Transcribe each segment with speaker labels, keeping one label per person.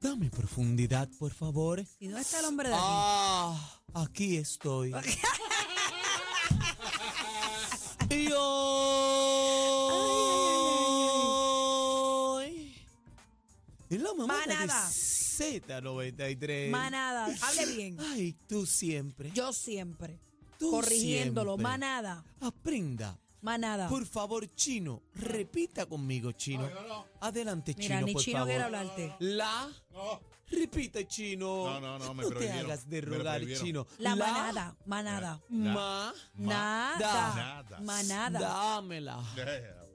Speaker 1: Dame profundidad, por favor.
Speaker 2: ¿Y dónde está el hombre de aquí?
Speaker 1: Ah, aquí estoy. Y hoy. En la mamá de
Speaker 2: Manada.
Speaker 1: Z93.
Speaker 2: Manada, hable bien.
Speaker 1: Ay, tú siempre.
Speaker 2: Yo siempre.
Speaker 1: Tú
Speaker 2: corrigiéndolo.
Speaker 1: siempre.
Speaker 2: Manada,
Speaker 1: Aprenda.
Speaker 2: manada.
Speaker 1: Por favor, chino, repita conmigo, chino. Adelante, chino,
Speaker 2: Mira, ni
Speaker 1: por
Speaker 2: chino
Speaker 1: favor.
Speaker 2: quiere hablarte.
Speaker 1: La. Repite,
Speaker 3: No,
Speaker 1: chino.
Speaker 3: no, no, me
Speaker 1: te
Speaker 3: prohibieron.
Speaker 1: hagas de
Speaker 3: Me lo
Speaker 1: rogar,
Speaker 3: prohibieron.
Speaker 1: chino.
Speaker 2: La manada, manada.
Speaker 1: Ma.
Speaker 2: Nada.
Speaker 3: Nada.
Speaker 2: Manada.
Speaker 1: Dámela.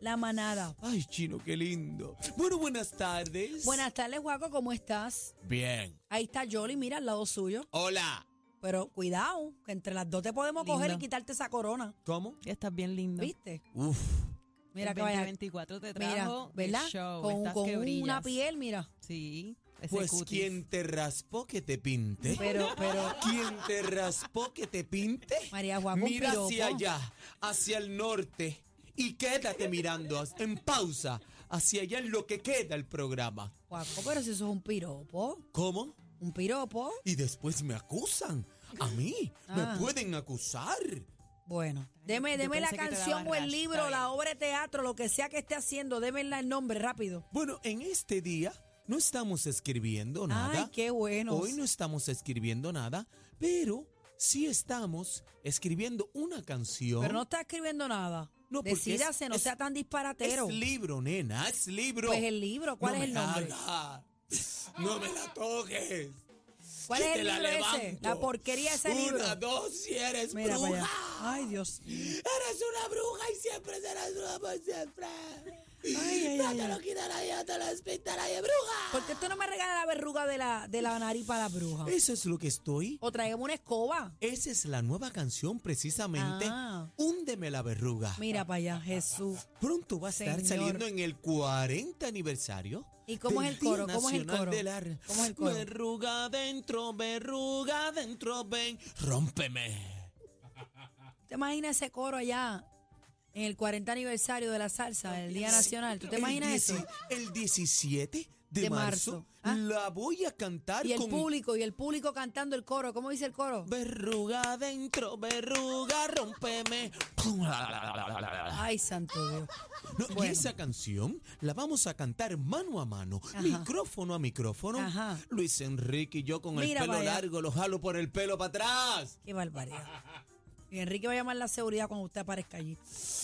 Speaker 2: La manada.
Speaker 1: Ay, chino, qué lindo. Bueno, buenas tardes.
Speaker 2: Buenas tardes, Guaco, ¿cómo estás?
Speaker 1: Bien.
Speaker 2: Ahí está Jolly, mira al lado suyo.
Speaker 1: Hola.
Speaker 2: Pero cuidado, que entre las dos te podemos coger y quitarte esa corona.
Speaker 1: ¿Cómo?
Speaker 4: Ya estás bien lindo.
Speaker 2: ¿Viste?
Speaker 1: Uf.
Speaker 2: Mira
Speaker 4: el
Speaker 2: que vaya.
Speaker 4: 2024 te
Speaker 2: Mira,
Speaker 4: trajo
Speaker 2: ¿verdad?
Speaker 4: el show.
Speaker 2: Con,
Speaker 4: estás
Speaker 2: con
Speaker 4: que
Speaker 2: una
Speaker 4: brillas.
Speaker 2: piel, mira.
Speaker 4: Sí, ese
Speaker 1: Pues
Speaker 4: cutis.
Speaker 1: quien te raspó que te pinte.
Speaker 2: Pero, pero,
Speaker 1: Quien te raspó que te pinte.
Speaker 2: María Juan, con
Speaker 1: Mira hacia
Speaker 2: piropo.
Speaker 1: allá, hacia el norte. Y quédate mirando as- en pausa hacia allá en lo que queda el programa.
Speaker 2: Guaco, pero si eso es un piropo.
Speaker 1: ¿Cómo?
Speaker 2: Un piropo.
Speaker 1: Y después me acusan. A mí.
Speaker 2: Ah.
Speaker 1: Me pueden acusar.
Speaker 2: Bueno, deme,
Speaker 4: yo
Speaker 2: deme la
Speaker 4: pensé que te la
Speaker 2: canción o el
Speaker 4: barras,
Speaker 2: libro,
Speaker 4: está bien.
Speaker 2: la obra de teatro, lo que sea que esté haciendo, démenla el nombre rápido.
Speaker 1: Bueno, en este día no estamos escribiendo nada.
Speaker 2: Ay, qué bueno.
Speaker 1: Hoy no estamos escribiendo nada, pero sí estamos escribiendo una canción.
Speaker 2: Pero no está escribiendo nada.
Speaker 1: No, porque es-
Speaker 2: Decídase, no
Speaker 1: es-
Speaker 2: sea tan disparatero.
Speaker 1: es libro, nena, es libro.
Speaker 2: Pues el libro, ¿cuál
Speaker 1: No
Speaker 2: es el
Speaker 1: me
Speaker 2: nombre?
Speaker 1: hagas. No me la toques.
Speaker 2: ¿Cuál
Speaker 1: que
Speaker 2: es el
Speaker 1: te la
Speaker 2: libro ese?
Speaker 1: levanto.
Speaker 2: La porquería de ese
Speaker 1: una,
Speaker 2: libro.
Speaker 1: dos, si eres
Speaker 2: Mira para allá.
Speaker 1: bruja.
Speaker 2: Ay, Dios.
Speaker 1: Eres una bruja y siempre serás bruja por siempre. no te lo quitará yo, te lo pintará de bruja.
Speaker 2: ¿Por qué tú no me regalas la verruga de la, de la nariz para la bruja?
Speaker 1: Eso es lo que estoy.
Speaker 2: O traemos una escoba.
Speaker 1: Esa es la nueva canción, precisamente.
Speaker 2: Ah.
Speaker 1: Húndeme la verruga.
Speaker 2: Mira para allá, Jesús.
Speaker 1: Pronto va a estar
Speaker 2: Señor.
Speaker 1: saliendo en el 40 aniversario.
Speaker 2: ¿Y cómo
Speaker 1: del
Speaker 2: es el coro?
Speaker 1: Día
Speaker 2: ¿Cómo es el
Speaker 1: Nacional
Speaker 2: coro?
Speaker 1: del Ar-
Speaker 2: ¿Cómo es el coro?
Speaker 1: Verruga dentro, verruga dentro, ven, rómpeme.
Speaker 2: ¿Te imaginas ese coro allá en el 40 aniversario de la salsa, el Día Nacional? ¿Tú te
Speaker 1: El
Speaker 2: imaginas eso?
Speaker 1: dieci- El 17 de,
Speaker 2: De
Speaker 1: marzo,
Speaker 2: marzo, ¿ah?
Speaker 1: la voy a cantar
Speaker 2: Y el
Speaker 1: con
Speaker 2: público, y el público cantando el coro. ¿Cómo dice el coro?
Speaker 1: Verruga dentro, verruga, rómpeme.
Speaker 2: Ay, santo Dios.
Speaker 1: No, Y esa canción la vamos a cantar mano a mano, micrófono a micrófono.
Speaker 2: Ajá.
Speaker 1: Luis Enrique y yo con
Speaker 2: Mira
Speaker 1: el pelo
Speaker 2: para allá.
Speaker 1: largo, lo jalo por el pelo para atrás.
Speaker 2: Qué barbaridad. Y Enrique va a llamar la seguridad cuando usted aparezca allí.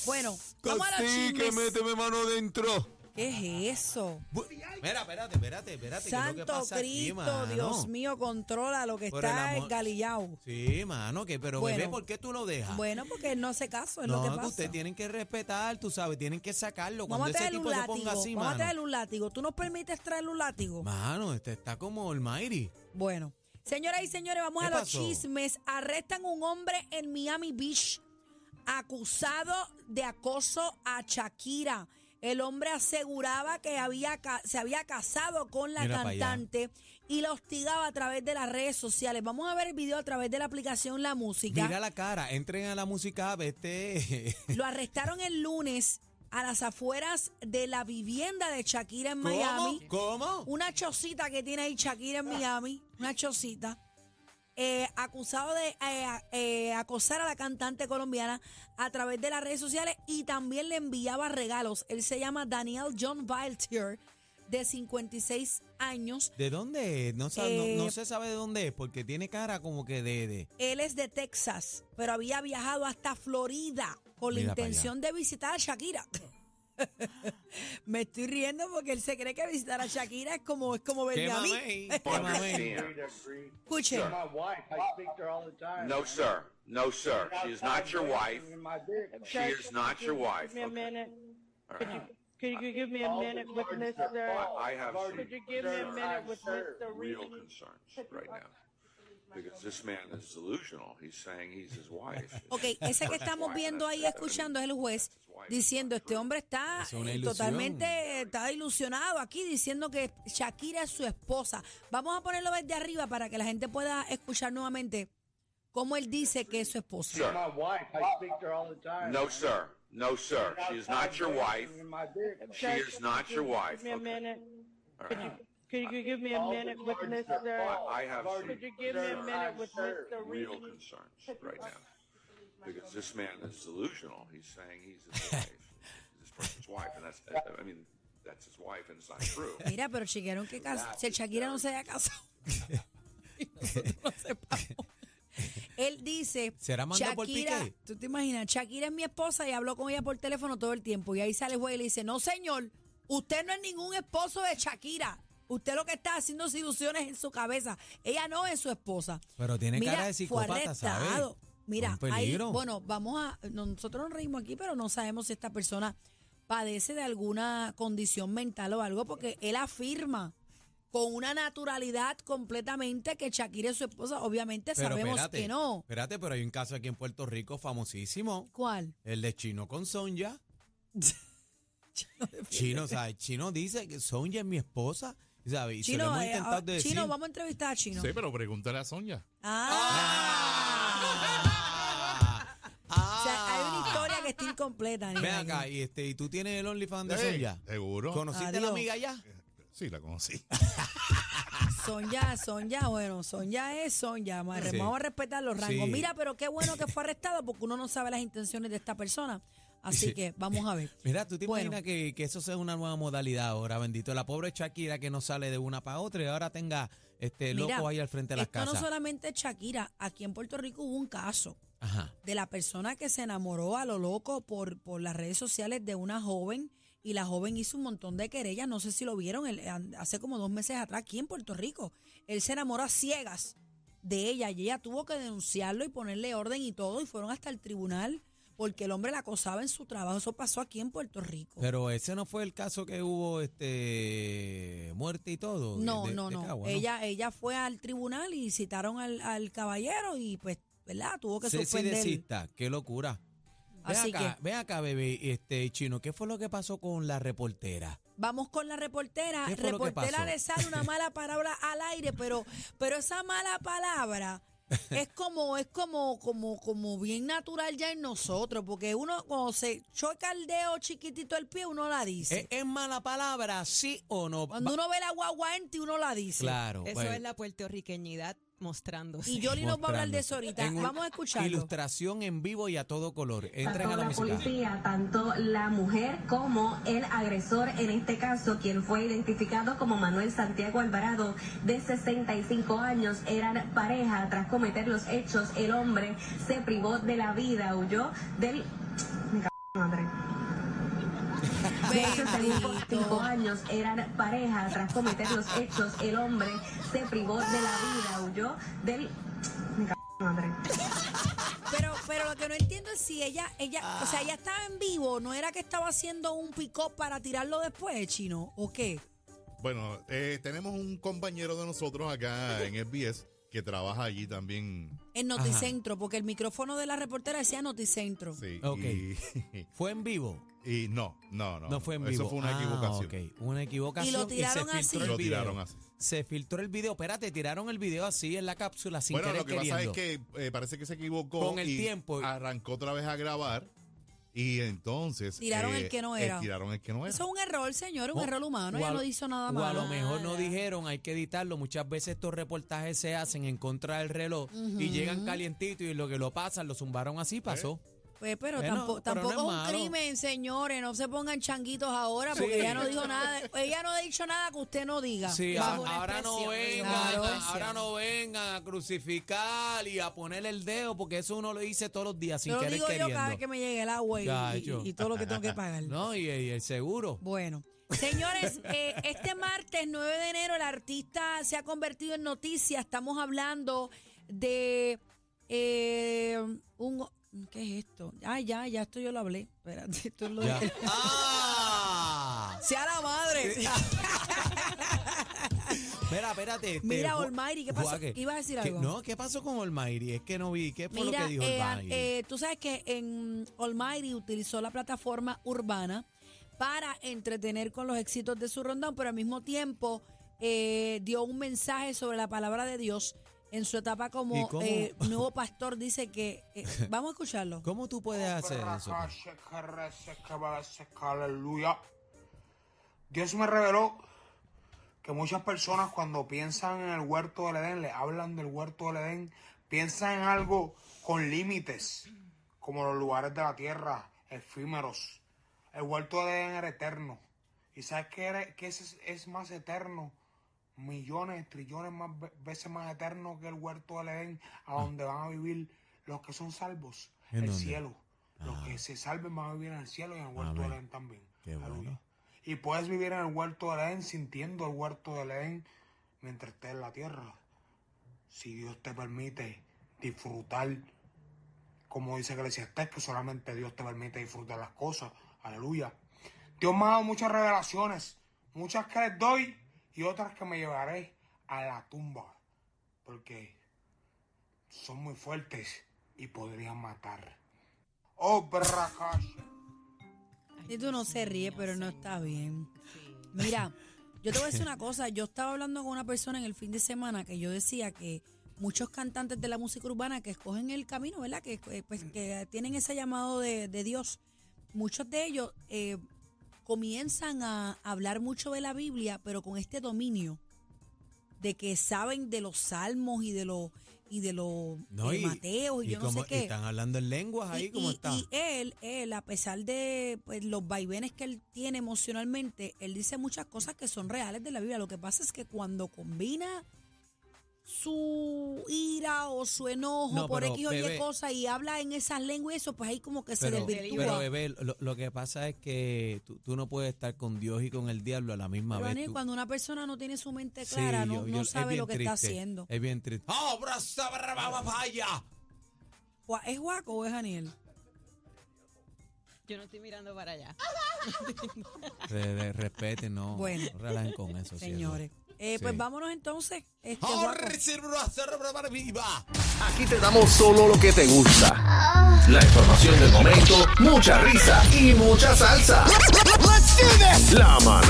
Speaker 2: Bueno, vamos a los chismes.
Speaker 3: mano dentro.
Speaker 2: ¿Qué es eso?
Speaker 1: Bu- Espera, espérate, espérate, espérate. que es lo que
Speaker 2: Santo
Speaker 1: pasa aquí,
Speaker 2: Cristo,
Speaker 1: mano.
Speaker 2: Dios mío, controla lo que
Speaker 1: Por el
Speaker 2: está
Speaker 1: amor-
Speaker 2: en Galillao.
Speaker 1: Sí, mano, que pero
Speaker 2: Bueno.
Speaker 1: bebé, ¿por qué tú lo dejas?
Speaker 2: Bueno, porque él no hace caso, es
Speaker 1: Ah. no,
Speaker 2: lo que
Speaker 1: que
Speaker 2: pasa.
Speaker 1: ustedes tienen que respetar, tú sabes, tienen que sacarlo. Cuando
Speaker 2: Vamos a
Speaker 1: ese
Speaker 2: traerle
Speaker 1: tipo
Speaker 2: un
Speaker 1: se ponga
Speaker 2: látigo.
Speaker 1: así,
Speaker 2: Vamos a
Speaker 1: mano.
Speaker 2: traerle un látigo. ¿Tú nos permites traerle un látigo?
Speaker 1: Mano, este está como Almighty.
Speaker 2: Bueno, señoras y señores, vamos
Speaker 1: ¿Qué
Speaker 2: a los
Speaker 1: pasó?
Speaker 2: chismes. Arrestan un hombre en Miami Beach acusado de acoso a Shakira. El hombre aseguraba que había ca- se había casado con la
Speaker 1: Mira pa' allá.
Speaker 2: cantante y la hostigaba a través de las redes sociales. Vamos a ver el video a través de la aplicación La Música.
Speaker 1: Mira la cara, entren a la música, vete.
Speaker 2: Lo arrestaron el lunes a las afueras de la vivienda de Shakira en Miami.
Speaker 1: ¿Cómo?
Speaker 2: una chocita que tiene ahí Shakira en Miami, una chocita, eh, acusado de eh, eh, acosar a la cantante colombiana a través de las redes sociales y también le enviaba regalos. Él se llama Daniel John Valtier, de 56 años.
Speaker 1: ¿De dónde es? No, sa- no-
Speaker 2: Eh,
Speaker 1: no se sabe de dónde es, porque tiene cara como que de... de-
Speaker 2: Él es de Texas, pero había viajado hasta Florida con la
Speaker 1: Mira pa'
Speaker 2: intención de visitar a Shakira. Me estoy riendo porque él se cree que visitar a Shakira es como, es como
Speaker 1: Qué
Speaker 2: verme a mí.
Speaker 1: mamey, qué
Speaker 4: Point
Speaker 1: mamey.
Speaker 4: Christina.
Speaker 2: Escuchen.
Speaker 4: Sure.
Speaker 5: my wife. I speak to her all the time.
Speaker 4: No, sir. No, sir. She is not your wife.
Speaker 5: In my vehicle.
Speaker 4: She is not your wife.
Speaker 6: Give me a
Speaker 4: Okay.
Speaker 6: minute.
Speaker 4: All
Speaker 6: Could
Speaker 4: right.
Speaker 6: you, could you give me a
Speaker 5: All the
Speaker 6: minute with
Speaker 5: cards are
Speaker 6: Mr.
Speaker 4: I- I have some
Speaker 6: Could you give me a
Speaker 4: concerns,
Speaker 6: minute with
Speaker 5: Sir.
Speaker 6: Mr.
Speaker 4: real
Speaker 6: Reed?
Speaker 4: concerns right now. Because this man is delusional. He's saying he's his wife.
Speaker 2: Ok, ese que estamos viendo ahí, escuchando, es el juez diciendo, este hombre está
Speaker 1: Es una
Speaker 2: eh,
Speaker 1: ilusión.
Speaker 2: totalmente está ilusionado aquí, diciendo que Shakira es su esposa. Vamos a ponerlo desde arriba para que la gente pueda escuchar nuevamente cómo él dice que es su esposa.
Speaker 4: Sure.
Speaker 5: My wife. I speak to her all the time.
Speaker 4: No, sir. No, sir. She is not your wife.
Speaker 5: In my vehicle.
Speaker 4: She is not your wife.
Speaker 6: Give me a
Speaker 4: Okay.
Speaker 6: minute.
Speaker 4: All
Speaker 6: Could
Speaker 4: right.
Speaker 6: you, could you give me a
Speaker 5: All the
Speaker 6: minute with
Speaker 5: cards are
Speaker 6: Mr.
Speaker 4: I- I have some
Speaker 6: Could you give me a
Speaker 4: concerns,
Speaker 6: minute with
Speaker 5: Sir.
Speaker 6: Mr. Reed?
Speaker 4: real concerns right now. Because this man is delusional. He's saying he's his wife. He's this person's wife. And that's, I mean, that's his wife, and it's not true.
Speaker 2: Mira, pero chequearon que cas- si Shakira no se haya casado. Y nosotros no sepamos. Él dice,
Speaker 1: ¿Será mando por
Speaker 2: Shakira,
Speaker 1: Piqué?
Speaker 2: tú te imaginas, Shakira es mi esposa y habló con ella por teléfono todo el tiempo. Y ahí sale el juez y le dice, no señor, usted no es ningún esposo de Shakira. Usted lo que está haciendo es ilusiones en su cabeza. Ella no es su esposa.
Speaker 1: Pero tiene
Speaker 2: Mira,
Speaker 1: cara de
Speaker 2: fue
Speaker 1: psicópata, ¿sabes?
Speaker 2: arrestado. Mira,
Speaker 1: Un
Speaker 2: ahí,
Speaker 1: peligro.
Speaker 2: bueno, vamos a, no- nosotros nos reímos aquí, pero no sabemos si esta persona padece de alguna condición mental o algo, porque él afirma con una naturalidad completamente que Shakira es su esposa. Obviamente sabemos
Speaker 1: espérate,
Speaker 2: que no.
Speaker 1: Espérate, pero hay un caso aquí en Puerto Rico famosísimo.
Speaker 2: ¿Cuál?
Speaker 1: El de Chino con Sonja. Chino, ¿sabes? Chino dice que Sonja es mi esposa. ¿sabes? Y se lo
Speaker 2: Chino,
Speaker 1: hemos
Speaker 2: eh,
Speaker 1: intentado
Speaker 2: ah,
Speaker 1: de decir.
Speaker 2: Chino, vamos a entrevistar a Chino.
Speaker 7: Sí, pero pregúntale a Sonia.
Speaker 2: Ah.
Speaker 1: Ah.
Speaker 2: O sea, hay una historia que está incompleta.
Speaker 1: Ven
Speaker 2: nena.
Speaker 1: acá, y, este, ¿y tú tienes el OnlyFans de
Speaker 7: Sí,
Speaker 1: Sonja?
Speaker 7: Eh, seguro.
Speaker 1: ¿Conociste a la
Speaker 2: Adiós.
Speaker 1: amiga ya?
Speaker 7: Sí, la conocí.
Speaker 2: Son ya, son ya, bueno, son ya es, son ya. madre,
Speaker 1: Sí.
Speaker 2: Vamos a respetar los rangos.
Speaker 1: Sí.
Speaker 2: Mira, pero qué bueno que fue arrestado porque uno no sabe las intenciones de esta persona. Así
Speaker 1: Sí.
Speaker 2: que vamos a ver.
Speaker 1: Mira, ¿tú te
Speaker 2: Bueno.
Speaker 1: imaginas que, que eso sea una nueva modalidad ahora? Bendito, la pobre Shakira que no sale de una para otra y ahora tenga este
Speaker 2: Mira,
Speaker 1: loco ahí al frente de las
Speaker 2: esto no
Speaker 1: casas.
Speaker 2: solamente es Shakira, aquí en Puerto Rico hubo un caso
Speaker 1: Ajá.
Speaker 2: de la persona que se enamoró a lo loco por, por las redes sociales de una joven y la joven hizo un montón de querellas, no sé si lo vieron el- an- hace como dos meses atrás aquí en Puerto Rico. Él se enamoró a ciegas de ella y ella tuvo que denunciarlo y ponerle orden y todo y fueron hasta el tribunal porque el hombre la acosaba en su trabajo. Eso pasó aquí en Puerto Rico.
Speaker 1: Pero ese no fue el caso que hubo este muerte y todo. de-
Speaker 2: No,
Speaker 1: de-
Speaker 2: no,
Speaker 1: de
Speaker 2: no.
Speaker 1: Cagua,
Speaker 2: Ella, ella fue al tribunal y citaron al, al caballero y pues, ¿verdad? Tuvo que
Speaker 1: Ceci
Speaker 2: suspender.
Speaker 1: desista, qué locura. Ven
Speaker 2: Así
Speaker 1: acá,
Speaker 2: que-
Speaker 1: ven acá, bebé, este chino, ¿qué fue lo que pasó con la reportera?
Speaker 2: Vamos con la reportera.
Speaker 1: ¿Qué fue lo que
Speaker 2: Reportera
Speaker 1: pasó?
Speaker 2: le sale una mala palabra al aire, pero, pero esa mala palabra es como, es como, como, como bien natural ya en nosotros, porque uno cuando se choca el dedo chiquitito el pie, uno la dice.
Speaker 1: ¿Es, es mala palabra, sí o no?
Speaker 2: cuando
Speaker 1: Eh, Va-
Speaker 2: uno ve la guagua en ti, uno la dice.
Speaker 1: Claro.
Speaker 8: Eso
Speaker 1: pues,
Speaker 8: es la puertorriqueñidad mostrándose.
Speaker 2: Y Yoli nos va a hablar de eso ahorita.
Speaker 1: En un-
Speaker 2: Vamos a escucharlo.
Speaker 1: Ilustración en vivo y a todo color. Entren a
Speaker 9: tanto
Speaker 1: la
Speaker 9: la
Speaker 1: música.
Speaker 9: policía, tanto la mujer como el agresor, en este caso, quien fue identificado como Manuel Santiago Alvarado, de 65 años, eran pareja. Tras cometer los hechos, el hombre se privó de la vida, huyó del... Me cago en la madre. De hecho, según por cinco
Speaker 2: Bendito.
Speaker 9: años eran pareja. Tras cometer los hechos, el hombre se privó de la vida, huyó del... Me cago en la madre.
Speaker 2: Pero, pero lo que no entiendo es si ella, ella, o sea, ella estaba en vivo, no era que estaba haciendo un pick-up para tirarlo después, chino, ¿o qué?
Speaker 7: Bueno, eh, tenemos un compañero de nosotros acá en SBS que trabaja allí también.
Speaker 2: En Noticentro, porque el micrófono de la reportera decía Noticentro.
Speaker 7: Sí.
Speaker 1: Ok.
Speaker 7: y-
Speaker 1: Fue en vivo.
Speaker 7: Y, no, no, no.
Speaker 1: No fue en vivo.
Speaker 7: Eso fue una
Speaker 1: Ah,
Speaker 7: equivocación.
Speaker 1: ok. Una equivocación.
Speaker 2: Y lo tiraron
Speaker 1: se filtró
Speaker 2: así.
Speaker 1: el
Speaker 7: Lo
Speaker 1: video.
Speaker 7: tiraron así.
Speaker 1: Se filtró el video. Espérate, tiraron el video así en la cápsula sin
Speaker 7: Bueno,
Speaker 1: querer
Speaker 7: lo que pasa es
Speaker 1: queriendo.
Speaker 7: que eh, parece que se equivocó.
Speaker 1: Con el
Speaker 7: y
Speaker 1: tiempo.
Speaker 7: Arrancó otra vez a grabar. Y entonces.
Speaker 2: Tiraron el que no
Speaker 7: eh,
Speaker 2: era.
Speaker 7: Tiraron el que no era.
Speaker 2: Eso es un error, señor, un
Speaker 1: O-
Speaker 2: error humano.
Speaker 1: o
Speaker 2: Ella
Speaker 1: a-
Speaker 2: no hizo nada
Speaker 1: O a
Speaker 2: malo.
Speaker 1: lo mejor no dijeron, hay que editarlo. Muchas veces estos reportajes
Speaker 7: Eh.
Speaker 1: se hacen en contra del reloj y llegan calientitos y lo que lo pasan, lo zumbaron así, pasó.
Speaker 2: Pues, pero
Speaker 1: Bueno,
Speaker 2: tampo-
Speaker 1: pero no es
Speaker 2: tampoco es un
Speaker 1: malo.
Speaker 2: crimen, señores. No se pongan changuitos ahora porque
Speaker 1: Sí.
Speaker 2: ella no dijo nada. Ella no ha dicho nada que usted no diga.
Speaker 1: Sí,
Speaker 2: Ah, Bajo
Speaker 1: a-
Speaker 2: una
Speaker 1: ahora no
Speaker 2: expresión,
Speaker 1: vengan,
Speaker 2: claro.
Speaker 1: a- ahora no vengan a crucificar y a ponerle el dedo, porque eso uno lo dice todos los días sin
Speaker 2: Yo lo
Speaker 1: querer
Speaker 2: digo
Speaker 1: queriendo.
Speaker 2: yo cada vez que me llegue el agua y, y-
Speaker 1: Chacho.
Speaker 2: y todo lo que tengo que pagar.
Speaker 1: No, y, y el seguro.
Speaker 2: Bueno. Señores, eh, este martes 9 de enero el artista se ha convertido en noticia. Estamos hablando de eh, un... ¿Qué es esto? Ah, ya, ya, esto yo lo hablé. Espérate, esto es lo
Speaker 1: Ya.
Speaker 2: de-
Speaker 1: ¡Ah!
Speaker 2: ¡Sea la madre!
Speaker 1: Espera, espérate. este,
Speaker 2: Mira,
Speaker 1: Ju-
Speaker 2: Almighty, ¿qué pasó?
Speaker 1: Juaque,
Speaker 2: Iba a decir
Speaker 1: ¿qué-
Speaker 2: algo.
Speaker 1: no, ¿qué pasó con Almighty? Es que no vi. ¿Qué fue
Speaker 2: Mira,
Speaker 1: lo que dijo
Speaker 2: eh,
Speaker 1: Almighty?
Speaker 2: eh, tú sabes que en Almighty utilizó la plataforma urbana para entretener con los éxitos de su rondón, pero al mismo tiempo eh, dio un mensaje sobre la palabra de Dios en su etapa
Speaker 1: ¿Y
Speaker 2: como
Speaker 1: cómo?
Speaker 2: eh, nuevo pastor. Dice que... eh, vamos a escucharlo.
Speaker 1: ¿Cómo tú puedes hacer eso?
Speaker 4: Aleluya. Dios me reveló que muchas personas cuando piensan en el huerto del Edén, le hablan del huerto del Edén, piensan en algo con límites, como los lugares de la tierra, efímeros. El huerto del Edén era eterno. ¿Y sabes qué, era- qué es, es más eterno? Millones, trillones más ve- veces más eterno que el huerto del Edén, a donde van a vivir los que son salvos,
Speaker 1: ¿En
Speaker 4: el
Speaker 1: dónde?
Speaker 4: cielo. Los que se salven van a vivir en el cielo y en el huerto del
Speaker 1: Amén.
Speaker 4: Edén también.
Speaker 1: Qué bueno.
Speaker 4: Y puedes vivir en el huerto del Edén sintiendo el huerto del Edén mientras estés en la tierra. Si Dios te permite disfrutar, como dice Eclesiastés, que solamente Dios te permite disfrutar las cosas. Aleluya. Dios me ha dado muchas revelaciones, muchas que les doy y otras que me llevaré a la tumba, porque son muy fuertes y podrían matar. Oh, Barracash.
Speaker 2: Y tú no se ríe, pero no está bien. Mira, yo te voy a decir una cosa. Yo estaba hablando con una persona en el fin de semana que yo decía que muchos cantantes de la música urbana que escogen el camino, ¿verdad? Que, eh, pues, que tienen ese llamado de, de Dios. Muchos de ellos eh, comienzan a hablar mucho de la Biblia, pero con este dominio de que saben de los salmos y de los y de los
Speaker 1: No,
Speaker 2: eh,
Speaker 1: y-
Speaker 2: Mateos y,
Speaker 1: y
Speaker 2: yo no
Speaker 1: cómo-
Speaker 2: sé qué
Speaker 1: y están hablando en lenguas ahí,
Speaker 2: y,
Speaker 1: ¿cómo
Speaker 2: y-
Speaker 1: está?
Speaker 2: y él, él, a pesar de pues, los vaivenes que él tiene emocionalmente, él dice muchas cosas que son reales de la Biblia. Lo que pasa es que cuando combina su ira o su enojo
Speaker 1: No,
Speaker 2: por
Speaker 1: pero,
Speaker 2: X o Y
Speaker 1: bebé.
Speaker 2: cosa y habla en esas lenguas y eso, pues ahí como que se
Speaker 1: pero,
Speaker 2: desvirtúa.
Speaker 1: pero, bebé, lo, lo que pasa es que tú, tú no puedes estar con Dios y con el diablo a la misma
Speaker 2: Pero,
Speaker 1: vez.
Speaker 2: Daniel,
Speaker 1: tú-
Speaker 2: cuando una persona no tiene su mente
Speaker 1: Sí,
Speaker 2: clara, no,
Speaker 1: yo-
Speaker 2: no
Speaker 1: yo- es
Speaker 2: sabe lo
Speaker 1: bien
Speaker 2: que está
Speaker 1: triste,
Speaker 2: haciendo.
Speaker 1: Es bien triste. ¡Oh, brasa, brava, brava, vaya!
Speaker 2: Gua- ¿Es Juaco o es Daniel?
Speaker 8: Yo no estoy mirando para allá.
Speaker 1: Re- re- Respeten, no.
Speaker 2: Bueno.
Speaker 1: no relajen con eso, sí,
Speaker 2: Señores. Eh,
Speaker 1: Sí.
Speaker 2: Pues vámonos entonces.
Speaker 1: ¡Oh,
Speaker 2: este, Juaco.
Speaker 1: brasa, brasa, brava, brava, viva!
Speaker 10: Aquí te damos solo lo que te gusta. La información del momento, mucha risa y mucha salsa. La manada.